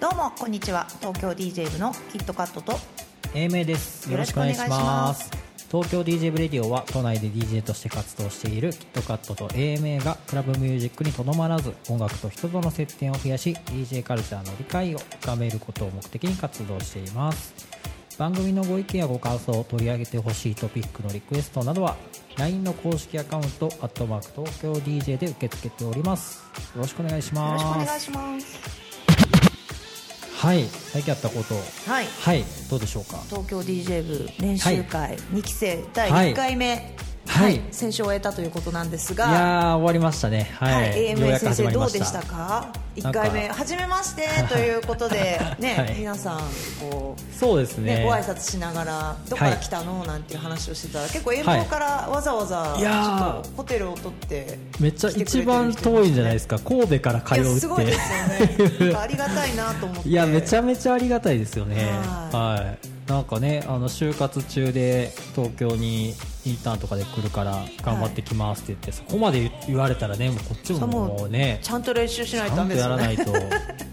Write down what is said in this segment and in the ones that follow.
どうもこんにちは東京 DJ 部のキットカットと英明ですよろしくお願いします東京 DJ ブレディオは都内で DJ として活動しているキットカットと英明がクラブミュージックにとどまらず音楽と人との接点を増やし DJ カルチャーの理解を深めることを目的に活動しています番組のご意見やご感想を取り上げてほしいトピックのリクエストなどは LINE の公式アカウント「アットマーク東京 DJ」で受け付けておりますよろしくお願いしよろましくお願いすしますはい最近あったことはいはいどうでしょうか東京 DJ 部練習会2期生第1回目はい選手を終えたということなんですいがやー終わりましたねははい、い、よう AMA やく先始ま生りどまうしでたしたかな1んか回目初めましてということ でね、はい皆さんこうそうですねね、ご挨拶しながらどこから来たの、なんていう話をしてたら結構遠方からわざわざいちやょーっとホテルを取ってめっちゃ一番遠いんじゃないですか神戸から通いうやすごいですよっねなんてかありがたいなと思って いやめちゃめちゃありがたいですよねははいなんかねあの就活中で東京にインターンとかで来るから頑張ってきますって言って、そこまで言われたらねもうこっちももうねちゃんと練習しちないとゃダんとメでやすらよなねいと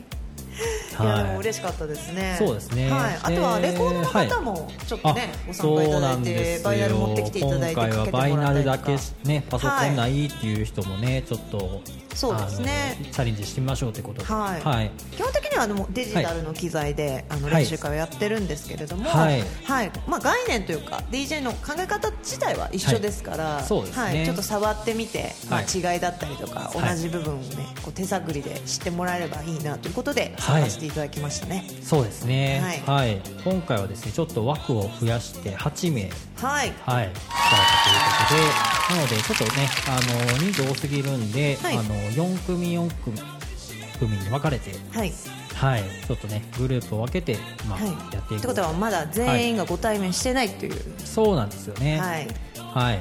いやでも嬉しかったですねそうですねはい、あとはレコードのはい方もちょっとあね、ご参そ加いうただないんでてすよバイナル持ってきていただいて今回かはけてもバイらナったルりとだかけねパソコンないっていう人もね、ちょっとそうですねあのチャレンジしてみましょうってことでははいはい基本的にはでもデジタルの機材で、あのはい練習会をやってるんですけれども、ははいいまあ、概念というか DJ の考え方自体は一緒ですから、はいいそうですねちょっと触ってみて、まあ、は違いだったりとか、はい同じ部分を、ね、こう手探りで知ってもらえればいいなということではい参加していただきましたね。そうですねははい今回はですねちょっと枠を増やして8名はい、はい、スタートということで、なので、ちょっとね、あの人数多すぎるんで、はいあの4組、4組組に分かれて、はいはい、ちょっとね、グループを分けて、まあはいやっていってくことはまだ全員がご対面してないという、そうなんですよね。はいはい、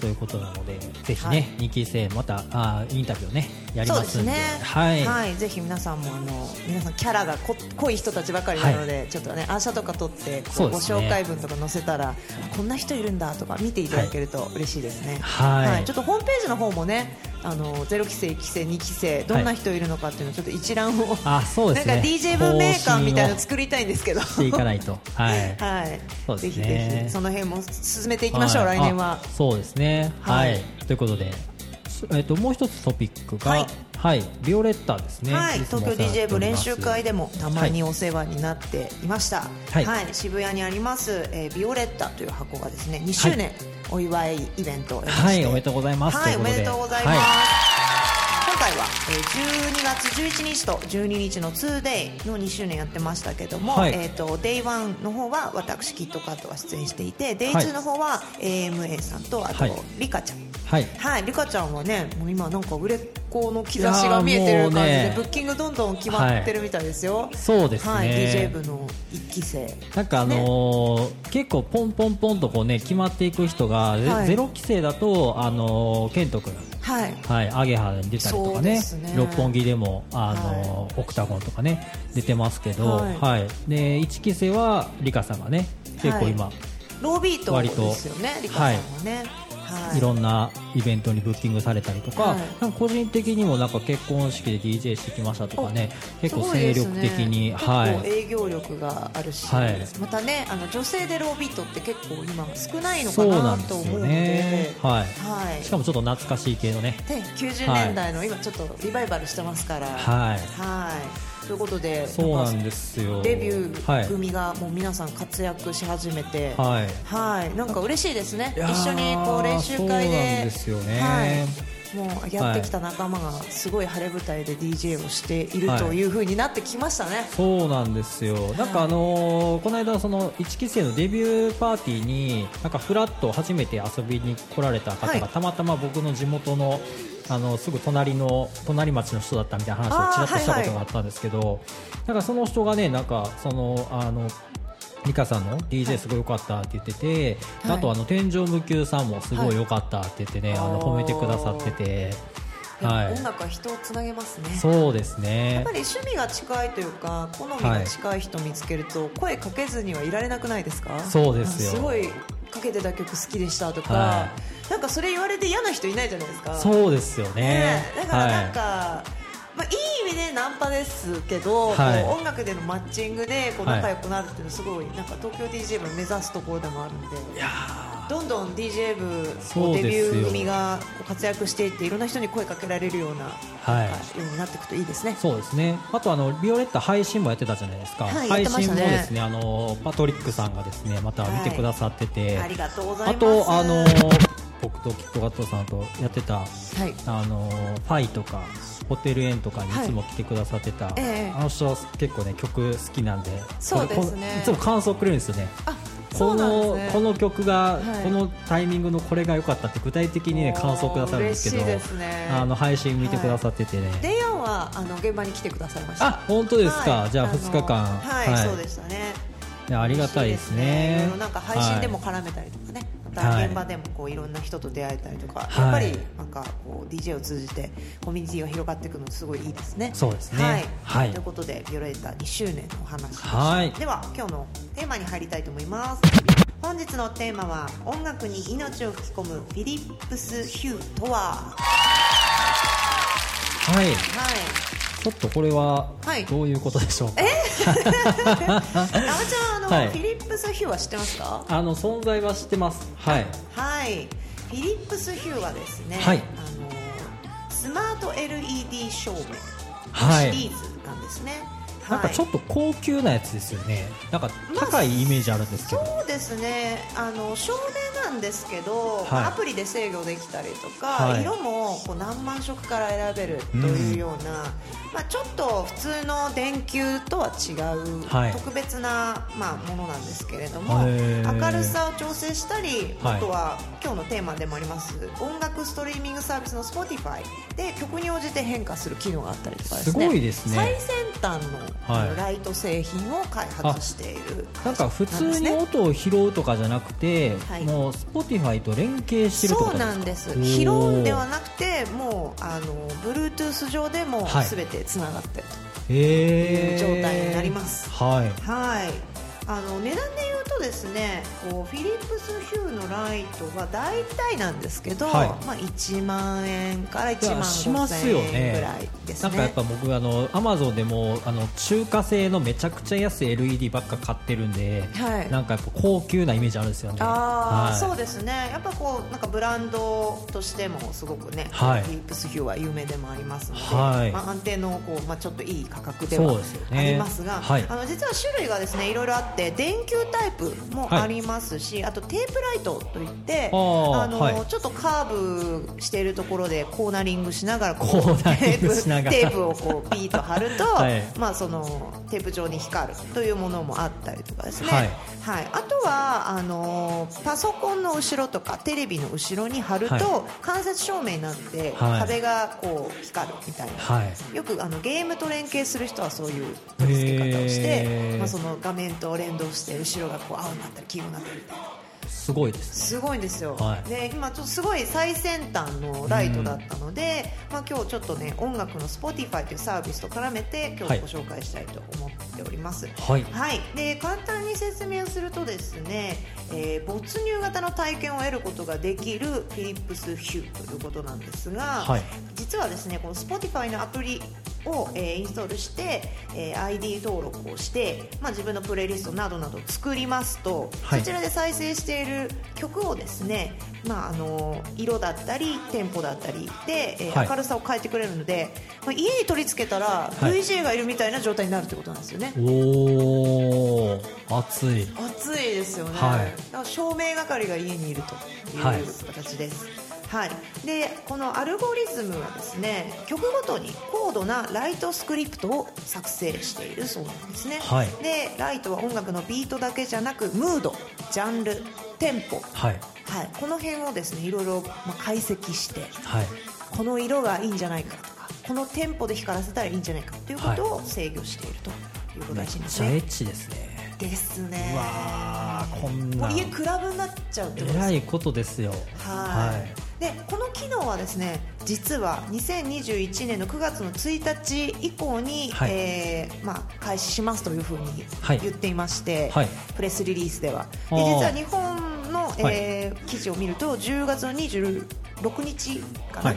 ということなので、ぜひね、はい2期生、またあーインタビューをね、やりそうまですすんで、ね、はい、ぜひ皆さんもあの皆さんキャラが濃濃い人たちばかりなので、ちょっとね、アーシャとか撮ってこうそうごですね紹介文とか載せたらこんな人いるんだとか見ていただけると嬉しいですね、はいちょっとホームページの方もねあの0期生、1期生、2期生どんな人いるのかっていうのをちょっと一覧を、あそうですねなんか DJ 分メーカーみたいな方針のを作りたいんですけど。していかないと、はい、 はい、そうですぜねひぜひその辺も進めていきましょう、来年はあそうですねははいい、ということで、すえっともう一つトピックがははいい、ビオレッタですねはい、東京 DJ 部練習会でももたまにお世話になっていました、ははいい渋谷にあります、えービオレッタという箱がですね2周年お祝いイベントをやりましてはいおめでとうございますはいとおいうこめとででとうございます、はい今回は、えー12月11日と12日の 2day の2周年やってましたけども、はいえっ、と Day1 の方は私キットカットが出演していてはい Day2 の方は AMA さんとあと、はいリカちゃんはいはい、リカちゃんはね、もう今なんか売れっ子の兆しが見えてる感じで、いやーもうねブッキングどんどん決まってるみたいですよ。そうですね、はい、DJ 部の一期生。なんかあのー結構ポンポンポンとこうね決まっていく人が、ゼはいゼロ期生だとあのー、ケント君はい。はい、アゲハに出たりとそうかでねすね六本木でもあの、オクタゴンとかね出てますけど、ははいいで1期生はリカさんがね結構今、はいロービート割とですよね、リカさんはね。はいろんなイベントにブッキングされたりとか,、はいなんか個人的にもなんか結婚式で DJ してきましたとかね結構すごいで精す力ね的に、結はい構営業力があるし、はいまたねあの女性でロービートって結構今少ないのかそうななんですとよ思うのでね、はいはいしかもちょっと懐かしい系のねで90年代の今ちょっとリバイバルしてますから、はいはいということでそうなかんですよデビュはいー組がもう皆さん活躍し始めて、はいはいなんか嬉しいですね、いやー一緒にこう練習会でそうなんですよねはい、もうやってきた仲間がすごい晴れ舞台で DJ をしているはいというふうになってきましたね。そうなんですよ、なんかあのーこの間、その1期生のデビューパーティーに、なんかフラッと初めて遊びに来られたは方いが、たまたま僕の地元の、あのすぐ隣の、隣町の人だったみたいな話あーをちらっとしたはいはいことがあったんですけど、なんかその人がね、なんかその、あの、リカさんのはい DJ すごい良かったって言ってて、はいあとあの天井無休さんもすごい良かったって言ってね、はいあの褒めてくださってて、でもはい音楽は人をつなげますね、そうですやっねぱり趣味が近いというか好みが近い人見つけると声かけずにはいられなくないですかそうですよあすごいかけてた曲好きでしたとか、はなんかそれ言われて嫌な人いないじゃないですかそうですよねねだからなんか、はいまあ、いい意味でナンパですけど、はいこう音楽でのマッチングでこうはい仲良くなるっていうのはすごいなんか東京 DJ 部の目指すところでもあるんでいやーどんどん DJ 部そのうデですよビュー組がこう活躍していっていろんな人に声かけられるような,、はいようになっていくといいですね。そうですねあとあのビオレッタ配信もやってたじゃないですか、はい配信もやってましたねですねあのパトリックさんがですねまた見てくださってて、ありがとうございあますとあの僕とキットガットさんとやってたはい、あのファイとかホテル園とかにいはいつも来てくださってた、ええあの人は結構ね曲好きなんでそうですねこれこいつも感想くれるんですよねあそこうなんですのねこの曲が、はいこのタイミングのこれが良かったって具体的に、ね、おー感想くださるんですけど嬉しいですねあの配信見てくださっててね、デイアンはあの現場に来てくださいましたあ本当ですか、はいじゃあの2日間はい、そうでしたねねありがたいです嬉しいでいろねいろなんか配信でもは絡めたりとかね、まはたい現場でもこういろんな人と出会えたりとか、はいやっぱりなんかこう DJ を通じてコミュニティが広がっていくのすごいいいですね。そうですねはい、はいということでビオレータ2周年のお話でした。はいでは今日のテーマに入りたいと思います。本日のテーマは音楽に命を吹き込むフィリップス・ヒューとは。ははい、い。ちょっとこれははいどういうことでしょうか、あまちゃんあの、はいフィリップス・ヒューは知ってますかあの存在は知ってますはいはいフィリップス・ヒューはですね、はいあのスマート LED 照明のはいシリーズなんですね、はいなんかちょっと高級なやつですよねなんか高いイメージあるんですけど、そうですねあの照明なんですけど、いまあアプリで制御できたりとか、はい色もこう何万色から選べるというような、まあ、ちょっと普通の電球とは違う、はい特別な、まあ、ものなんですけれどもへー明るさを調整したり、はいあとは今日のテーマでもあります音楽ストリーミングサービスの Spotify で曲に応じて変化する機能があったりとかですねすごいですね最先端のあはのいライト製品を開発している。なんか普通に音を拾うとかじゃなくてはいもう Spotify と連携してるそってこうとですかなんですおー拾うんではなくてもうあの Bluetooth 上でもはい全てつながってるへーという状態になりますはいと、はいあの値段で言うとですねこうフィリップスヒューのライトは大体なんですけど、はいまあ、1万円から1万いやしますよ5000円ねぐらいですなねんかやっぱ僕あの Amazon でもあの中華製のめちゃくちゃ安い LED ばっか買ってるんで、はいなんかやっぱ高級なイメージあるんですよねああ、はいそうですねやっぱこうなんかブランドとしてもすごくね、はいフィリップスヒューは有名でもありますので、はいまあ、安定のこう、まあ、ちょっといい価格ではそうですよあねりますが、はいあの実は種類がですねいろいろあって電球タイプもありますし、あとテープライトといってあーの、はいちょっとカーブしているところでコーナリングしながらこうコーナリングしながらテープテープをこうピーッと貼ると、 はいまあ、そのテープ状に光るというものもあったりとかですね、はいはい、あとはあのーパソコンの後ろとかテレビの後ろに貼ると、は間接照明になって、はい壁がこう光るみたいな、はいよくあのゲームと連携する人はそういう取り付け方をしてへ、ーまあ、その画面と連動して後ろがこう青になったり黄色になったりみたいなすごいですねすごいんですよ、はいで今ちょっとすごい最先端のライトだったので、まあ、今日ちょっとね音楽の Spotify というサービスと絡めて今はい日ご紹介したいと思っております、はいはい、で簡単に説明するとですね、えー没入型の体験を得ることができるフィリップスヒューということなんですが、はい実はですねこの Spotify のアプリを、えーインストールして、えー ID 登録をして、まあ、自分のプレイリストなどなどを作りますと、はいそちらで再生している曲をですね、まあ、あの色だったりテンポだったりで、えーはい明るさを変えてくれるので、まあ、家に取り付けたらはい VJ がいるみたいな状態になるってことなんですよね。おお熱い暑いですよね、はいだから照明係が家にいるといはいう形です、はいでこのアルゴリズムはですね曲ごとに高度なライトスクリプトを作成しているそうなんですね、はいでライトは音楽のビートだけじゃなくムードジャンルテンポ、はいはい、この辺をですねいろいろまあ解析してはいこの色がいいんじゃないかとかこのテンポで光らせたらいいんじゃないかということを制御しているというめっ形ですちゃね、エッチですねですねうわーこんもなうん家クラブになっちゃうってことえですらねいことですよはい、でこの機能はですね実は2021年の9月の1日以降に、はいえーまあ、開始しますというふうにはい言っていまして、はいプレスリリースではであー実は日本の、えー記事を見ると10月の26日かな、はい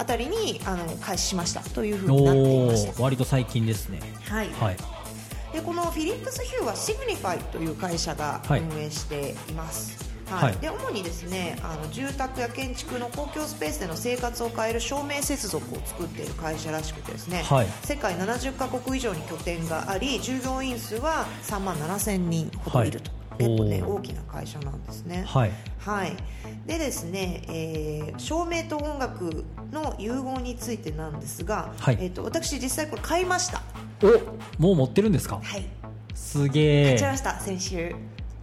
あたりにあの開始しましたというふうになっていおましー割と最近ですねた。はいはいでこのフィリップス・ヒューはシグニファイという会社がはい運営しています、はいはいで主にですねあの住宅や建築の公共スペースでの生活を変える照明接続を作っている会社らしくてですね、はい世界70カ国以上に拠点があり従業員数は3万7000人ほどいると、はい結構ねおー大きな会社なんですねはいはい、でですね、えー照明と音楽の融合についてなんですが、はいえー、と私実際これ買いましたおもう持ってるんですかはいすげ買っちゃいまえした先週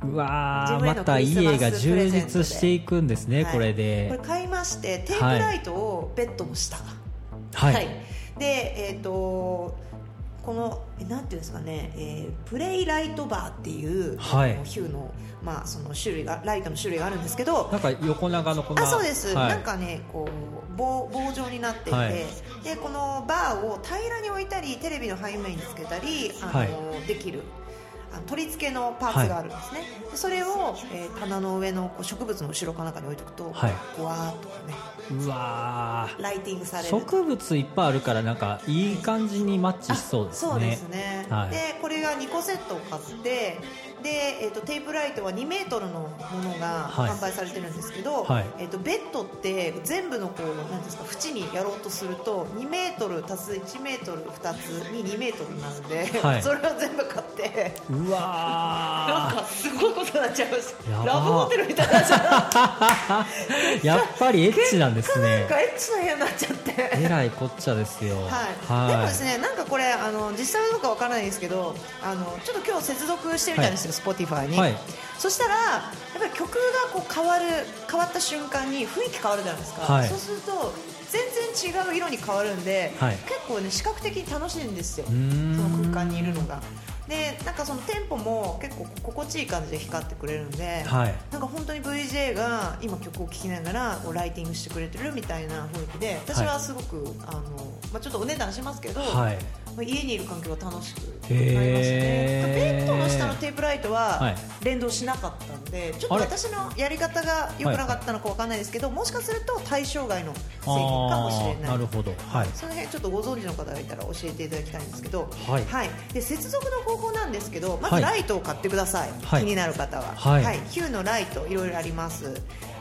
うわ自ー分へまのたクリスマス家が充プレゼント実でしていくんですねはいこれこれで買いましてテープライトをベッドの下、ははいいでえっ、とこのえなんていうんですかね、えープレイライトバーっていう、はいあのヒューの,、まあその種類がライトの種類があるんですけどなんか横長のこのあそうです、はいなんかねこう棒棒状になっていて、はいでこのバーを平らに置いたりテレビの背面につけたりあの、できるあの取り付けのパーツがあるんですね、でそれを、えー棚の上のこう植物の後ろかなんかに置いとくと、はいこうわーっとねうわーライティングされる植物いっぱいあるからなんかいい感じにマッチしそうですねそうですね、はいでこれが2個セットを買ってで、えー、とテープライトは2メートルのものがはい販売されてるんですけど、はいえー、とベッドって全部のこうなんですか縁にやろうとすると2メートル足す1メートル2つに2メートルなので、はいそれを全部買ってうなんわかすごいことになっちゃいましたやばラブホテルみたいになっちゃったー やっぱりエッチなんですなんねかエッチな部屋になっちゃって。えらいこっちゃですよはい、でもですね、なんかこれあの実際どうかわからないですけどあのちょっと今日接続してみたんですよ、Spotify に、はいそしたらやっぱり曲がこう変わる変わった瞬間に雰囲気変わるじゃないですか、はいそうすると全然違う色に変わるんで、はい結構ね視覚的に楽しいんですようーんその空間にいるのがでなんかそのテンポも結構心地いい感じで光ってくれるんで、はいなんか本当に VJ が今曲を聴きながらこうライティングしてくれてるみたいな雰囲気で私はすごく、あのまあ、ちょっとお値段しますけど、はいまあ家にいる環境が楽しくなへーりまして、ベッドの下のテープライトははい連動しなかったので、ちょっとあれ私のやり方が良くなかったのかわかんないですけど、もしかすると対象外の製品かもしれあーないるほどはいその辺ちょっとご存知の方がいたら教えていただきたいんですけど、はいで接続の方法なんですけどまはずいライトを買ってください、はい気になる方は、はいヒューのライトいろいろあります、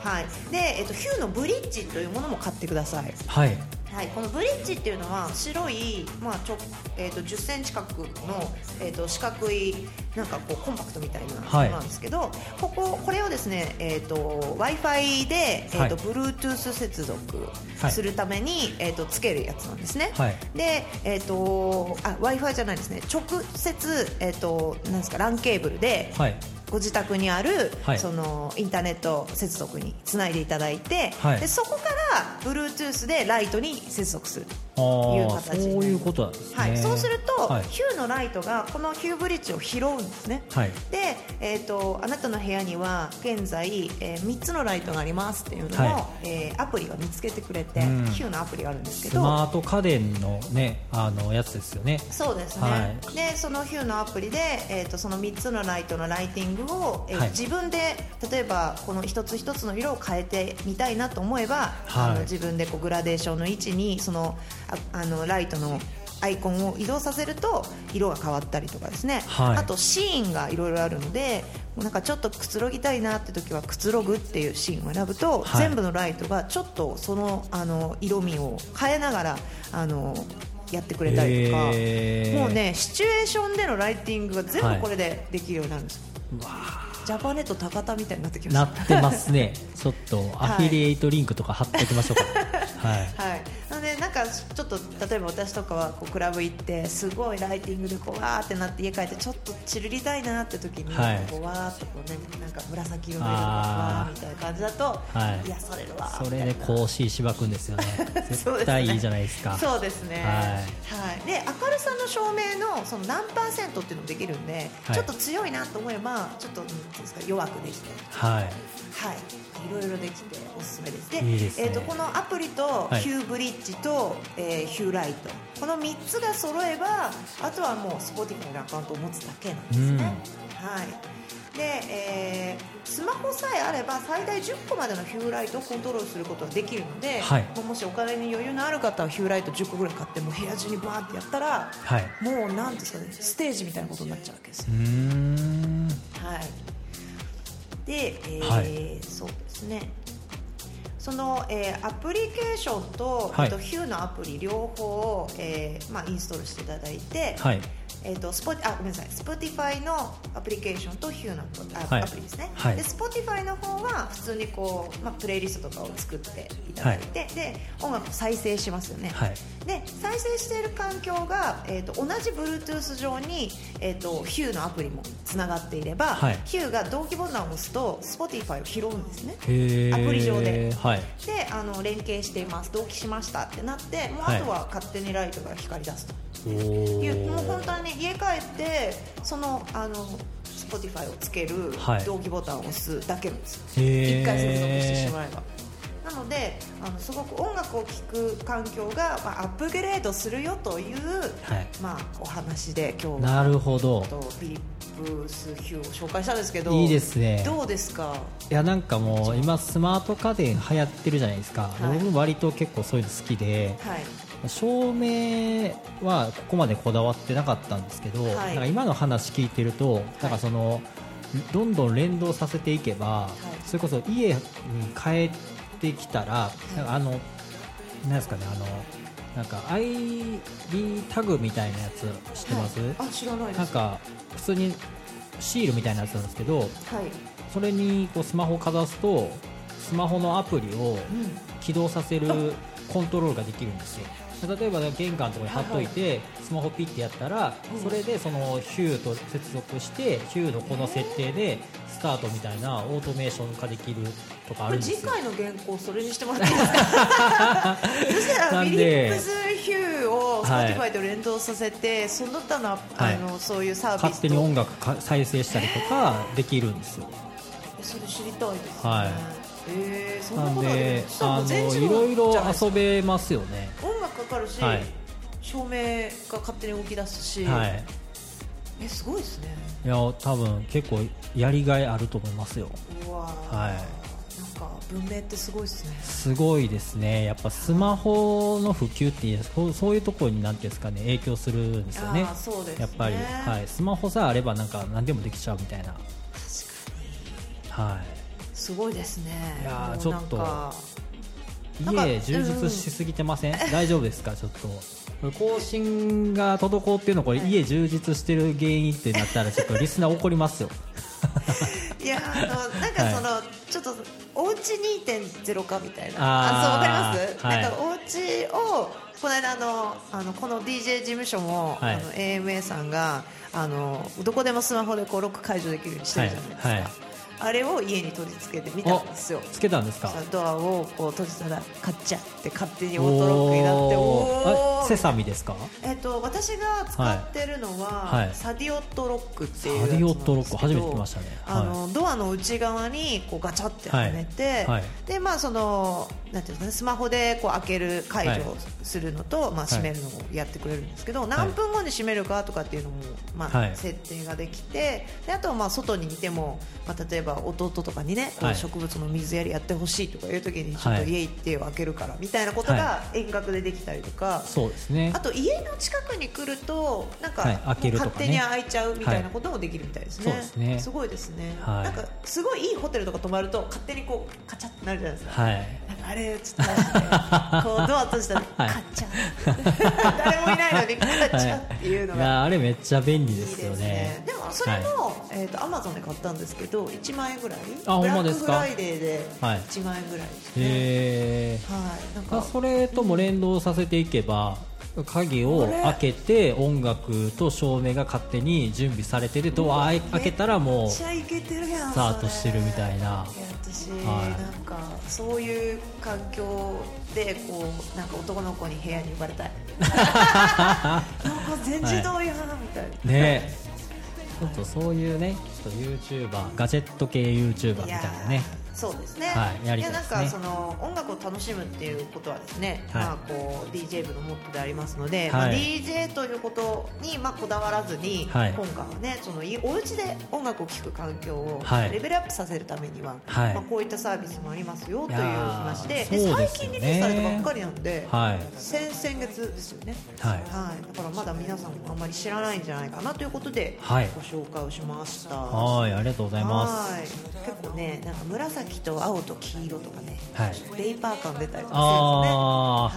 はいでえっと、ヒューのブリッジというものも買ってください、はいはい、このブリッジっていうのは白い、まあちょえー、と1 0ンチ角の、えー、と四角いなんかこうコンパクトみたいなもはいのなんですけど、こここれをですね、えー、と w i f i で、えーとは Bluetooth 接続するために、えー、とつけるやつなんですね。はいで、えー、とあ w i f i じゃないですね直接、えー、となんですか LAN ケーブルではいご自宅にある、はいそのインターネット接続につないでいただいて、はいでそこから Bluetooth でライトに接続する、あーいう形になりますそういうことなんですねはい、そうすると、はいヒューのライトがこのヒューブリッジを拾うんですね。はいで、えー、とあなたの部屋には現在、え3つのライトがありますっていうのを、はえーアプリが見つけてくれて、うんヒューのアプリがあるんですけスどマート家電のねあのやつですよねそうですね、はでそのヒューのアプリで、えー、とその3つのライトのライティングを、えーはい自分で例えばこの一つ一つの色を変えてみたいなと思えば、はいあの自分でこうグラデーションの位置にそのああのライトのアイコンを移動させると色が変わったりとかですね、はいあとシーンがいろいろあるのでなんかちょっとくつろぎたいなって時はくつろぐっていうシーンを選ぶと、はい全部のライトがちょっとそのあの色味を変えながらあのやってくれたりとか。えーもうねシチュエーションでのライティングが全はい部これでできるようになるんですよ、うわジャパネット高田みたいになってきまなしって ますねちょっとアフィリエイトリンクとか貼っておきましょうかはいたはいなのでなんかちょっと例えば私とかはこうクラブ行ってすごいライティングでこうわーってなって家帰ってちょっとチルりたいなって時に、はいこうわーっとこう、ね、なんか紫色の色がわーみたいな感じだと、はい癒されるわーそみれたいなでこうししばくんですよねそうですね絶対いいじゃないですか そうですね、ははいで明るさの照明のその何パーセントっていうのもできるんで、はいちょっと強いなと思えばちょっとなんていうんですか弱くできて、はいはい、いろいろできておすすめですでいいですねえー、とこのアプリとはいヒューブリッジと、えーヒューライトこの3つが揃えばあとはもう Spotify のアカウントを持つだけなんですね、うんはいでえースマホさえあれば最大10個までのヒューライトをコントロールすることができるので、はいもうもしお金に余裕のある方はヒューライト10個ぐらい買ってもう部屋中にバーってやったらはいもうなんですかねステージみたいなことになっちゃうわけですようーはんい。で、えーはそうですね。その、えーアプリケーションと、はいえっとヒューのアプリ両方を、えーまあインストールしていただいて、はいえっ、とスポあごめんなさい、Spotify のアプリケーションとヒューのあ、はいアプリですね。はいで Spotify の方は普通にこうまあプレイリストとかを作っていただいて、で音楽を再生しますよね。はいで再生している環境が、えー、と同じ Bluetooth 上に、えー、と Hue のアプリもつながっていれば、はい Hue が同期ボタンを押すと Spotify を拾うんですねへーアプリ上ではいであの連携しています同期しましたってなってもうはいあとは勝手にライトが光り出すとおいう、ーもう本当に家帰ってそのあの Spotify をつける、はい同期ボタンを押すだけなんですよへー一回接続してしまえば、なのであのすごく音楽を聴く環境が、まあ、アップグレードするよという、はいまあ、お話で今日はなるほどちょっとフィリップス・ヒューを紹介したんですけどいいですねどうですかいやなんかもう今スマート家電流行ってるじゃないですか、はい僕割と結構そういうの好きではい照明はここまでこだわってなかったんですけど、はいなんか今の話聞いてると、なんかそのどんどん連動させていけば、いそれこそ家に帰ってきたら、なんかあのなんですかねあのなんか ID タグみたいなやつ知ってます、はいあ知らないですなんか普通にシールみたいなやつなんですけどはい、それにこうスマホをかざすとスマホのアプリをう起動させるコントロールができるんですよ例えば玄関のところに貼っといてスマホピッてやったらうんそれでそのヒューと接続してヒューのこの設定でスタートみたいなオートメーション化できるとかあこるんれで次すよ回の原稿それにしてもらっていい ですかそしたらフなんィでリップス・ヒューをはい Spotify と連動させて、その他の,、はいあのそういうサービスと勝手に音楽か再生したりとかできるんですよそれ知りたいです、ね、はいえー、そんななんことはででもあもう全の自いろい分ろじゃないですか遊べますよね音楽かかるし、はい照明が勝手に動き出すし、はいえすごいですねいや多分結構やりがいあると思いますようわーはいなんか文明ってすごいですねすごいですね、やっぱスマホの普及ってそうそういうところになんていうんですかね影響するんですよねあー、そうですねやっぱり、はい、スマホさえあればなんか何でもできちゃうみたいな、確かはにすごいですねいやーもうちょっとなんかい、なんか家、充実しすぎてません、大丈夫ですか、ちょっと。これ更新が滞ってるのこれはい家充実してる原因ってなったらち ょっとリスナー怒りますよいやあのなんかその、ちょっとおうち2.0かみたいなあそうわかあーります、はいなんかおうちをこの間あのあのこの DJ 事務所も、はいあの AMA さんがあのどこでもスマホでこうロック解除できるようにしてるじゃないですか、はいはいあれを家に取り付けてみたんですよつけたんですかさドアをこう閉じたらカッチャって勝手にオートロックになっておーおあーセサミですかえっと、私が使ってるのは、はいはいサディオットロックってサいうやつなデんですけィどオットロック初めて来ましたねあはいのドアの内側にこうガチャってはめて、はいはいでまあそのなんていうんですかねスマホでこう開ける解はい除をするのと、まあい閉めるのをやってくれるんですけど、何分後に閉めるかとかっていうのもまあ、はい設定ができて、であとはまあ外にいてもまあ例えば弟とかにね、こうはい植物の水やりやってほしいとかいう時にちょっとはい家行ってよ開けるからみたいなことが遠隔でできたりとか。そうですねあと家の近くに来るとなんか、はい開けるとかもう勝ね手に開いちゃうみたいなこともできるみたいですね。はいそうですねごいですね。はいなんかすごいいいホテルとか泊まると勝手にこうカチャってなるじゃないですか。はいなんかあれちょっと こうドア閉じたら「買っちゃう」誰もいないのに買っちゃうっていうのいやがあれめっちゃ便利いでいですすよねねでもそれも、えー、とアマゾンで買ったんですけど1万円ぐらいあほんブラまでックすフかライデーではい1万円ぐらいですね、へーはいなんまあかそれとも連動させていけば鍵を開けて音楽と照明が勝手に準備されててドア開けたらもめうっちゃイケてるやんスタートしてるみたいないや私、はいなんかそういう環境でこうなんか男の子に部屋に呼ばれ たいなんか全自動やんみたいな、ねちょっとそういうねちょっと YouTuber ガジェット系 YouTuber みたいなねーそうですね、はいやりたいですねなんかその音楽を楽しむっていうことはですね、はいまあ、こう DJ 部のモットーでありますので、いまあ DJ ということに、まあ、こだわらずに、はい今回はねそのいお家で音楽を聴く環境をはいレベルアップさせるためには、はいまあ、こういったサービスもありますよといういやー話ででそう最ですよ近ねリリースされたばっかりなんで、はい先々月ですよね、はいだからまだ皆さんもあんまり知らないんじゃないかなということで、はいご紹介をしました。はいありがとうございますはい結構ねなんか紫と青と黄色とかね、はいレイパー感出たりとかあ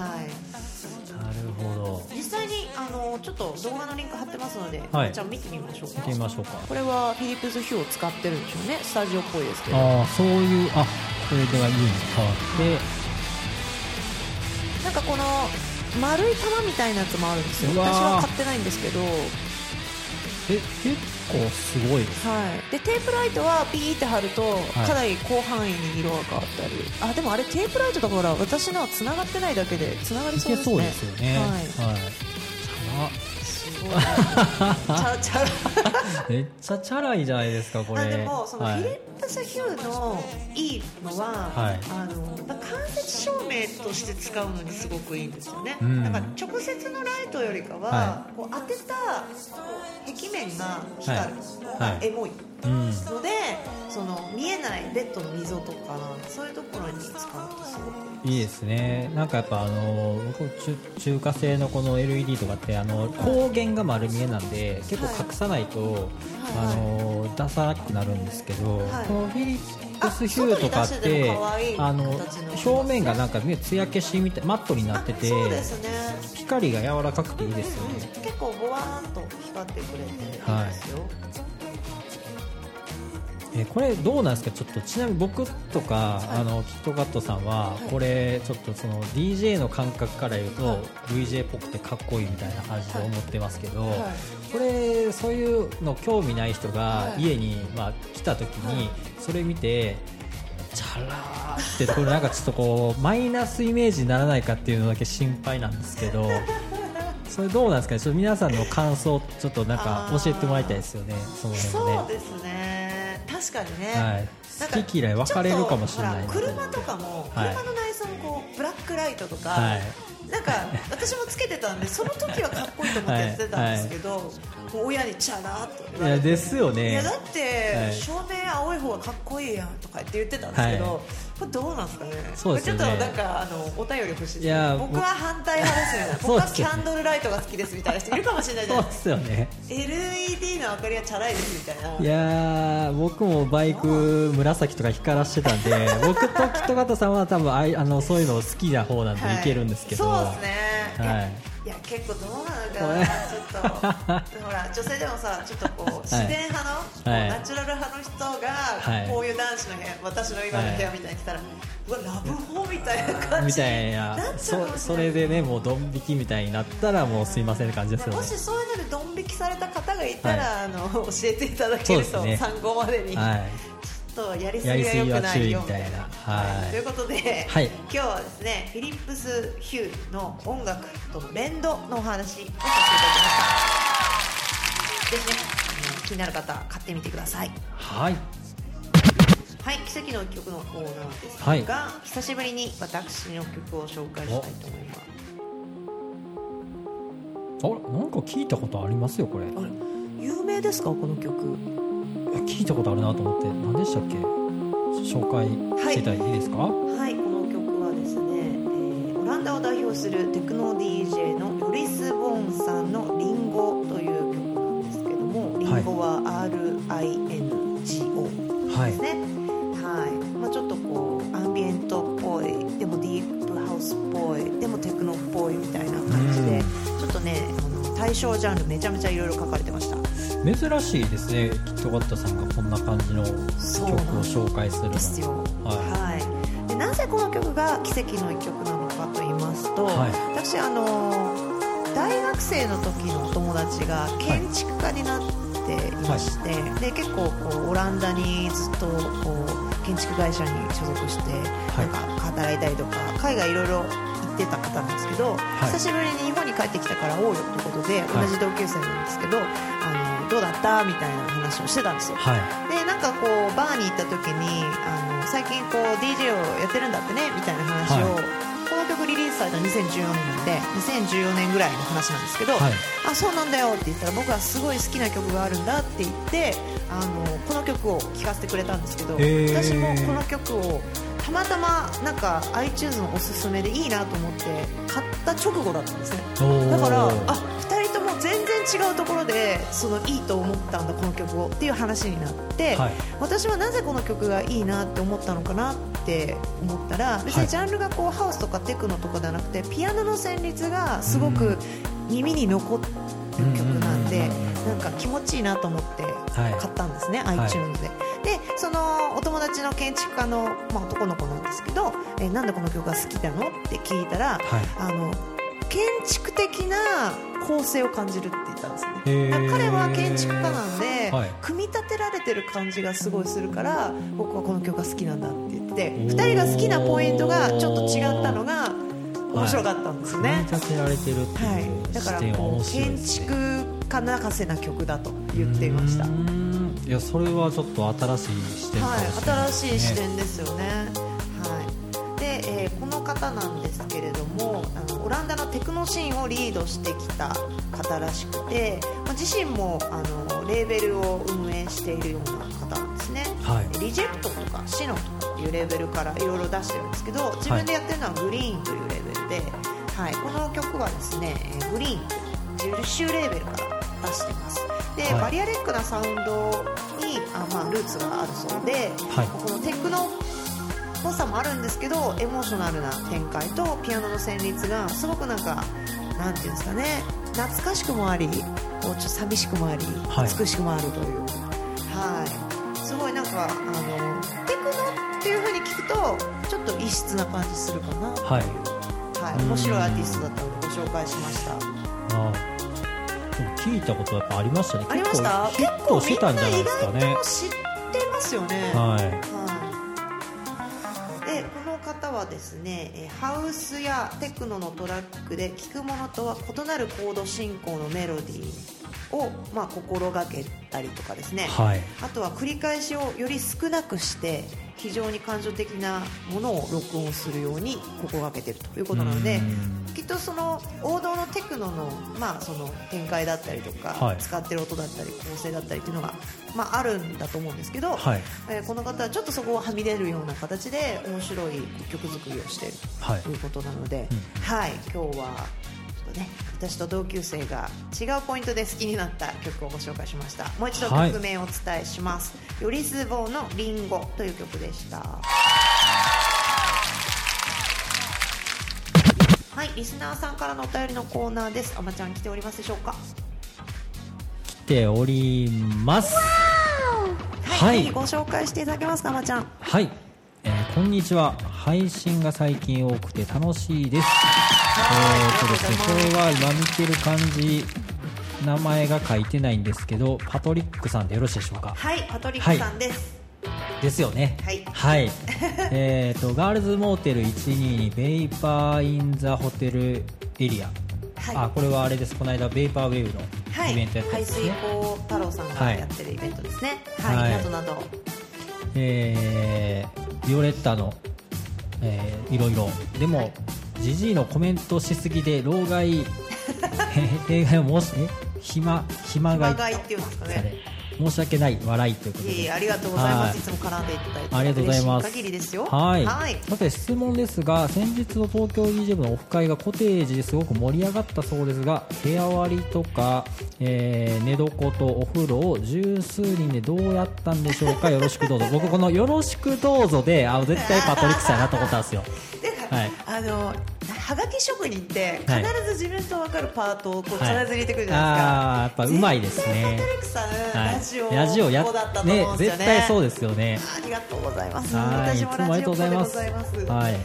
するんですねあなるほどはい実際にあのちょっと動画のリンク貼ってますので、はいじゃあ見てみましょう見かてみましょうかこれはフィリップスヒューを使ってるんでしょうねスタジオっぽいですけどああそういうあこれでは家に変わなんかこの丸い玉みたいなやつもあるんですようわー私は買ってないんですけどってえ結構すごいですはい、でテープライトはピーって貼ると、いかなり広範囲に色が変わったりあでもあれテープライトだから私のは繋がってないだけで繋がりいそうけですそうねですよねはいはいすごいちゃうちゃうチャラめっちゃチャラいじゃないですかこれあでもそのフはいィリップスヒューのいいのは、はいあのまあ間接照明として使うのにすごくいいんですよね、うんだから直接のライトよりかは、はこう当てたこう壁面が光るのがエモい、うんのでその見えないベッドの溝とかそういうところに使うとすごくいいですねなんかやっぱあの僕中中華製のこの LED とかってあの光源が丸見えなんで結構隠さないと、はいあのダサくなるんですけど、はいこのフィリップスヒューとかっあ外に出しててでも可愛いあの形の表面がなんかね艶消しみたいマットになっててあそうですね光が柔らかくていいですようんうんね結構ボワーンと光ってくれていいですよ、はいえーこれどうなんですかちょっとちなみに僕とか、あのキットカットさんは、はいこれちょっとその DJ の感覚から言うと、はい VJ っぽくてかっこいいみたいな感じで思ってますけど、はいはいこれそういうの興味ない人がはい家に、まあ、来た時はに、いそれ見てチャラーってこれなんかちょっとこうマイナスイメージにならないかっていうのだけ心配なんですけ ど。それどうなんですかね。ちょっと皆さんの感想ちょっとなんか教えてもらいたいですよね。その辺ね。そうですね確かにね、はいなんか好き嫌い分かれるかもしれないちょっとほら車とかも、はい車の内装もこうブラックライトとか、はいなんか私もつけてたんでその時はかっこいいと思ってやってたんですけど、もう親にチャラーっと言わいやれてですよねいやだって、はい照明青い方がかっこいいやんとか言って言ってたんですけど、はいこれどうなんですかねそうですよねこれちょっとなんかあのお便り欲しいですいやね僕は反対派ですよね そう僕ではすよねキャンドルライトが好きですみたいな人いるかもしれないじゃ そなういでですかすよね LED の明かりはチャラいですみたいないやー僕もバイク紫とか光らしてた んで僕とキットカットさんは多分あいあのそういうの好きな方なんではいいけるんですけど、そうですね、はいいや、いや結構どうなのかなちょっとほら女性でもさちょっとこう自然派の、こうはいナチュラル派の人が、いこういう男子の部屋私の今の部屋みたいに来たら、うわラブホみたいな感じみたいななっちゃうそかもしそれないれでねもうドン引きみたいになったらもうすいませんって感じですよねもしそういうのでドン引きされた方がいたら、あの教えていただけそうるですと、ね参考までに、はいちょっとやりすぎは良くないよみたいな。はいということで、はい今日はですねフィリップス・ヒューの音楽との連動のお話をさせていただきました。ぜひねあの気になる方は買ってみてください。はいはい、奇跡の一曲のコーナーですが、はい久しぶりに私の曲を紹介したいと思います。あなんか聞いたことありますよこれいやあれ有名ですかこの曲？聞いたことあるなと思って何でしたっけ紹介していただいていいですか、はい、この曲はですね、えーオランダを代表するテクノ DJ のヨリス・ボーンさんの「リンゴ」という曲なんですけどもリンゴは RINGO はですね、はいまあ、ちょっとこうアンビエントっぽいでも DJ でもテクノっぽいみたいな感じで、ちょっとねあの対象ジャンルめちゃめちゃいろいろ書かれてました珍しいですねキットカットさんがこんな感じの曲そうをなん紹介するのですよははいでなぜこの曲が奇跡の一曲なのかと言いますと、はい私あの大学生の時のお友達が建築家になっていまして、で結構こうオランダにずっとこう建築会社に所属して、はいなんか働いたりとか海外いろいろ行ってた方なんですけど、い久しぶりに日本に帰ってきたから会おうよということで、はい同じ同級生なんですけどあのどうだったみたいな話をしてたんですよ。はいでなんかこうバーに行った時にあの最近こう DJ をやってるんだってねみたいな話を、はいこの曲リリースされたの2014年で2014年ぐらいの話なんですけど、はいあそうなんだよって言ったら僕はすごい好きな曲があるんだって言ってあのこの曲を聴かせてくれたんですけど、へー私もこの曲をたまたまなんか iTunes のおすすめでいいなと思って買った直後だったんですね。おーだからあ2人とも全然違うところでそのいいと思ったんだこの曲をっていう話になって、はい私はなぜこの曲がいいなって思ったのかなって思ったら別はいにジャンルがこうハウスとかテクノとかじゃなくてピアノの旋律がすごうんく耳に残る曲なんうでんうんうんなんか気持ちいいなと思ってはい買ったんですね、い iTunes で。でそのお友達の建築家の、まあ、男の子なんですけど、えーなんでこの曲が好きなのって聞いたらはいあの建築的な構成を感じるって言ったんですね、へーだから彼は建築家なんで、はい組み立てられてる感じがすごいするから僕はこの曲が好きなんだって言ってお2ー人が好きなポイントがちょっと違ったのが面白かったんですよね、組み立てられてるってはいいうだから視点はこ面う白いで建すね築家泣かせな曲だと言っていましたうーんいやそれはちょっと新しい視点かもはいれない、ですね新しい視点ですよね。はい。で、えーこの方なんですけれども、あのオランダのテクノシーンをリードしてきた方らしくて、まあ、自身もあのレーベルを運営しているような方なんですね。はいリジェクトとかシノとかいうレーベルからいろいろ出してるんですけど自分でやってるのはグリーンというレーベルで、はい、この曲はですねえーグリーンという10周レーベルから出してますで、はいバリアレックなサウンドにあ、まあ、ルーツがあるそうで、はいこのテクノっぽさもあるんですけどエモーショナルな展開とピアノの旋律がすごくなんかなんていうんですかね懐かしくもありこうちょっと寂しくもあり、はい美しくもあるというはい、すごいなんかあのテクノっていう風に聞くとちょっと異質な感じするかなという、はいはい面白いアーティストだったのでご紹介しましたあーでも聞いたことはやっぱありましたねありました結結構構結構しみてたんんじゃなない意ですかね外と知ってますよねははい、でこの方はですねえーハウスやテクノのトラックで聴くものとは異なるコード進行のメロディーを、まあ、心がけたりとかですね、いはいあとは繰り返しをより少なくして非常に感情的なものを録音するように心がけているということなのでうんきっとその王道のテクノの,、まあその展開だったりとか、はい使ってる音だったり構成だったりっていうのが、まあ、あるんだと思うんですけど、はいえーこの方はちょっとそこをはみ出るような形で面白い曲作りをしているはいということなので、うんはい、今日はちょっとね私と同級生が違うポイントで好きになった曲をご紹介しましたもう一度はい曲名をお伝えします「よりすぼうのりんご」という曲でしたはいリスナーさんからのお便りのコーナーですあまちゃん来ておりますでしょうか来ておりますはい、はいぜひご紹介していただけますかあまちゃんはい、えーこんにちは配信が最近多くて楽しいですえーとですねありがとうございますこれは今見てる感じ名前が書いてないんですけどパトリックさんでよろしいでしょうかはいパトリックさんです、ですよねはいえっ、とガールズモーテル122ベイパーインザホテルエリア、はいあこれはあれですこの間ベイパーウェーブはのい、イベントやったん排です水ね、溝太郎さんがやってるイベントですね。ははいい、はいなどなど。えービオレッタの、えーいろいろではもいジジイのコメントしすぎで老害 弊害を申しえ暇暇が熊谷っていうんですかされね。申し訳ない笑いということいえいえ、でありがとうございまはいす。いつも絡んでいただいて。ありがとうございます嬉し限りですよ。はい、はい。さて質問ですが先日の東京 DJ 部のオフ会がコテージですごく盛り上がったそうですが部屋割りとか、えー寝床とお風呂を十数人でどうやったんでしょうかよろしくどうぞ 僕こ の「よろしくどうぞで」あ絶対パトリックさんやなと思ったんですよだから、はいあの、はがき職人って必はいず自分と分かるパートをこう必はいず入れてくるじゃないああやっぱですうか、まいですね 絶対カテレクさん、はいラジオラジオやこうだったと思ねうんですよ絶ね対そうでですよねありがとうございますはい私いもつもあラりがジオっ子とうございでまごすざいますはいはい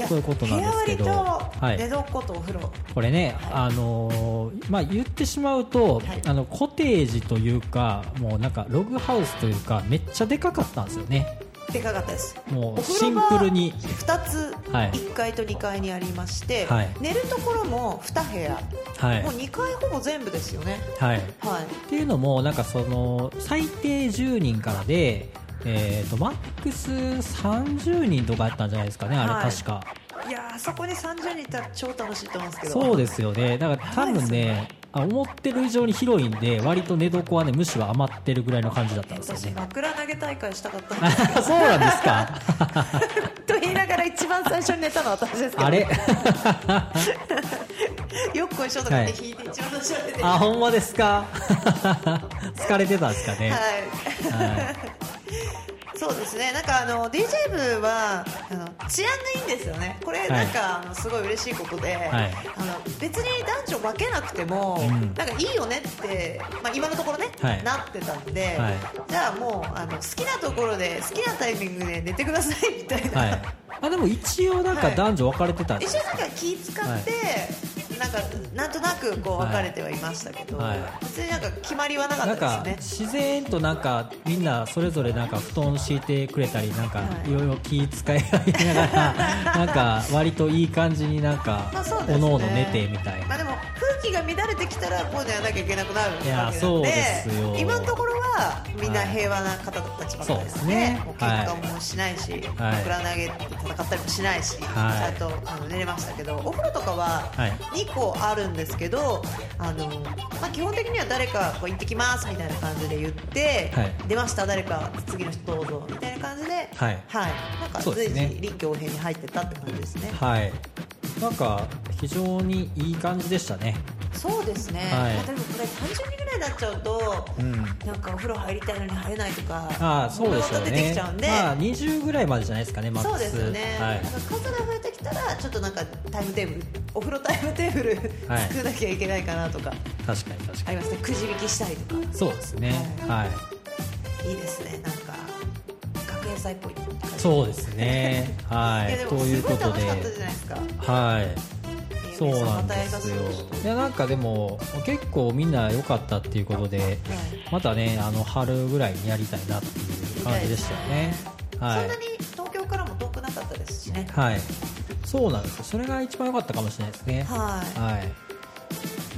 やそういうことなんですけど部屋割りとはい寝床とお風呂、これね、はあのーまあ、言ってしまうと、はいあのコテージというかもうなんかログハウスというかめっちゃでかかったんですよねでかかったですもおう風シン呂がプルに2つはい1階と2階にありまして、はい寝るところも2部屋、はいもう2階ほぼ全部ですよねはいっはいていうのもなんかその最低10人からでえー、とマックス30人とかやったんじゃないですかね、あはれい確かいやーそこで30人いたら超楽しいと思うんですけどそうですよねだから多分ねあ思ってる以上に広いんで割と寝床はねむしろ余ってるぐらいの感じだったんですよ私ね枕投げ大会したかったんです そうなんですかと言いながら一番最初に寝たのは私ですけどあれよくこいしょとかで弾いて一番最初に寝てあ、ほんまですか。 疲れてたんですかね。はいは そうですね、なんかあの DJ 部はあの治安がいいんですよね、これ、いなんか、あのすごい嬉しいことで、はいあの別に男女分けなくても、うんなんかいいよねって、まあ、今のところね、はいなってたんで、はいじゃあもうあの好きなところで、好きなタイミングで寝てくださいみたいい。な、はい。あ、でも一応なんかはい男女分かれてたんで一す応、なんか気使って、なんかなんとなくこう分かれてはいましたけど、はい別になんか決まりはなかなんったかですね。自然となんかみんなそれぞれなんか布団敷いてくれたりなんかはいいろいろ気遣いな がらなんか割といい感じになんかまあそうですねおのおの寝てみたいまあ、なでも空気が乱れてきたらこうじゃなきゃいけなくなるわけいやなんでそうですよ今のところはみんな平和な方たちばかりですねはいもう喧嘩もしないし、はい枕投げて戦ったりもしないし、はいちゃんとあの寝れましたけどお風呂とかははい2個あるんですけどあの、まあ、基本的には誰かこう行ってきますみたいな感じで言って、はい出ました誰か次の人どうぞみたいな感じで、はいなんかそうで随すね時臨機応変に入ってったって感じですね。はいなんか非常にいい感じでしたねそうですね、はいまあでもこれ30人ぐらいになっちゃうと、うんなんかお風呂入りたいのに入れないとかああそうでしょう物が出てきねちゃうんで、まあ20ぐらいまでじゃないですかねマッそうクでスすよね、はいなんか数が増えてきたらちょっとなんかタイムテーブルお風呂タイムテーブルはい作らなきゃいけないかなとか、確かに確かありますねくじ引きしたりとかにそうですねはいいいですねなんか学園祭っぽいって感じそうです ね。はいやい。でともいすうごこいと楽でしかったじゃないですかはい。そうなんですよはい。いやなんかでも結構みんな良かったっていうことで、またねあの春ぐらいにやりたいなっていう感じでしたよね。は。そんないに東京からも遠くなかったですしねはい。そうなんですよ。それが一番良かったかもしれないですね。はいはい。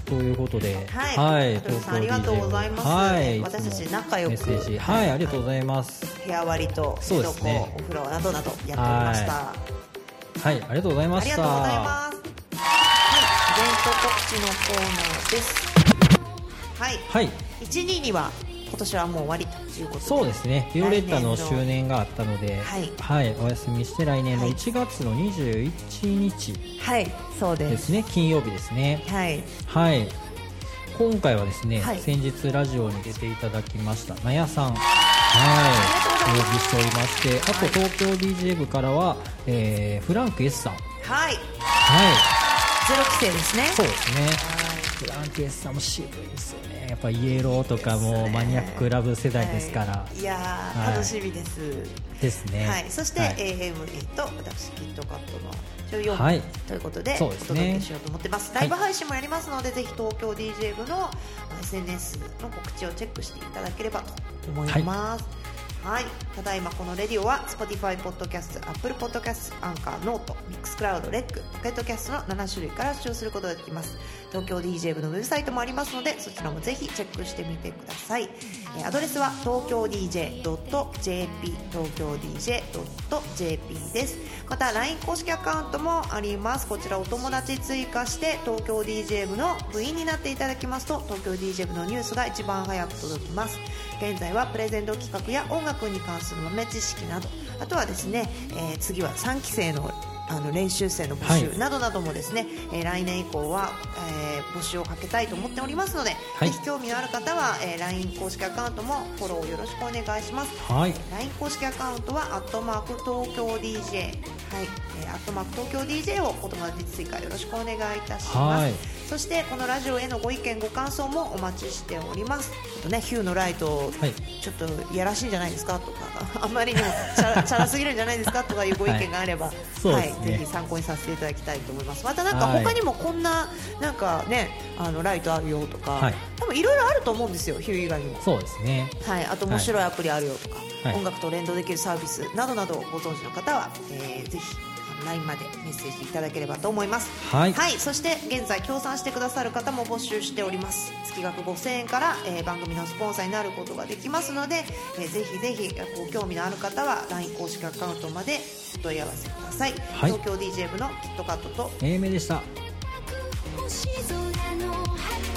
ということで、はい羽鳥さんあ東京 DJ りがとうございますはい。私たち仲良くメッセージはい、ありがとうございます。部屋割りとそう寝で床、すねお風呂などなどやっておりました、はい、ありがとうございまありしがとうございた。ますはいイベント告知のコーナーですはい、はい。 12には今年はもう終わりということでそうですねビオレッタの周年があったので、はいお休みして来年の1月の21日はいそうでですすね、金曜日ですねはいはい今回はですね、はい先日ラジオに出ていただきましたなやさんはいあおり呼がとうびしておりましてあと東京 DJ 部からは、えーフランク S さんははいいゼロ規制ですねそうですねはフランク S さんも渋いですよねやっぱイエローとかもうマニアックラブ世代ですから、い、いやー、はい楽しみですですねはい、そして、はい AMA と私キットカットの14ははいということでそうおですね届けしようと思ってますいライブ配信もやりますので、ぜひ東京 DJ 部のあ SNS の告知をチェックしていただければと思います、はいただいまこのレディオは Spotify ポッドキャスト Apple ポッドキャストアンカーノートミックスクラウドレックポケットキャストの7種類から視聴することができます東京 DJ 部のウェブサイトもありますのでそちらもぜひチェックしてみてくださいえーアドレスは東京 DJ.jp 東京 DJ.jp ですまた LINE 公式アカウントもありますこちらお友達追加して東京 DJ 部の部員になっていただきますと東京 DJ 部のニュースが一番早く届きます現在はプレゼント企画や音楽に関する豆知識などあとはですね、えー次は3期生のあの練習生の募集などなどもですね、えー来年以降は、えー募集をかけたいと思っておりますので、はいぜひ興味のある方は、えー LINE 公式アカウントもフォローよろしくお願いしますはい LINE 公式アカウントは「アットマーク東京 DJ」はい「えーアットマーク東京 DJ」をお友達追加よろしくお願いいたします、はいそしてこのラジオへのご意見ご感想もお待ちしておりますちょっとねヒューのライト、はいちょっといやらしいんじゃないですか とかあんまりにもチ ャラチャラすぎるんじゃないですかとかいうご意見があれば、はいそうですねぜひ参考にさせていただきたいと思いますまたなんか他にもこんななんかねあのライトあるよとか、はい多分いろいろあると思うんですよヒュー以外にもそうですねはい、あと面白いアプリあるよとか、はい音楽と連動できるサービスなどなどご存知の方は、えーぜひあの LINE までメッセージいただければと思いますはいそして現在協賛してくださる方も募集しております月額5000円から、えー番組のスポンサーになることができますので、えーぜひぜひご興味のある方は LINE 公式アカウントまでお問い合わせください、はい東京 DJ 部のキットカットと A 名でした星空の果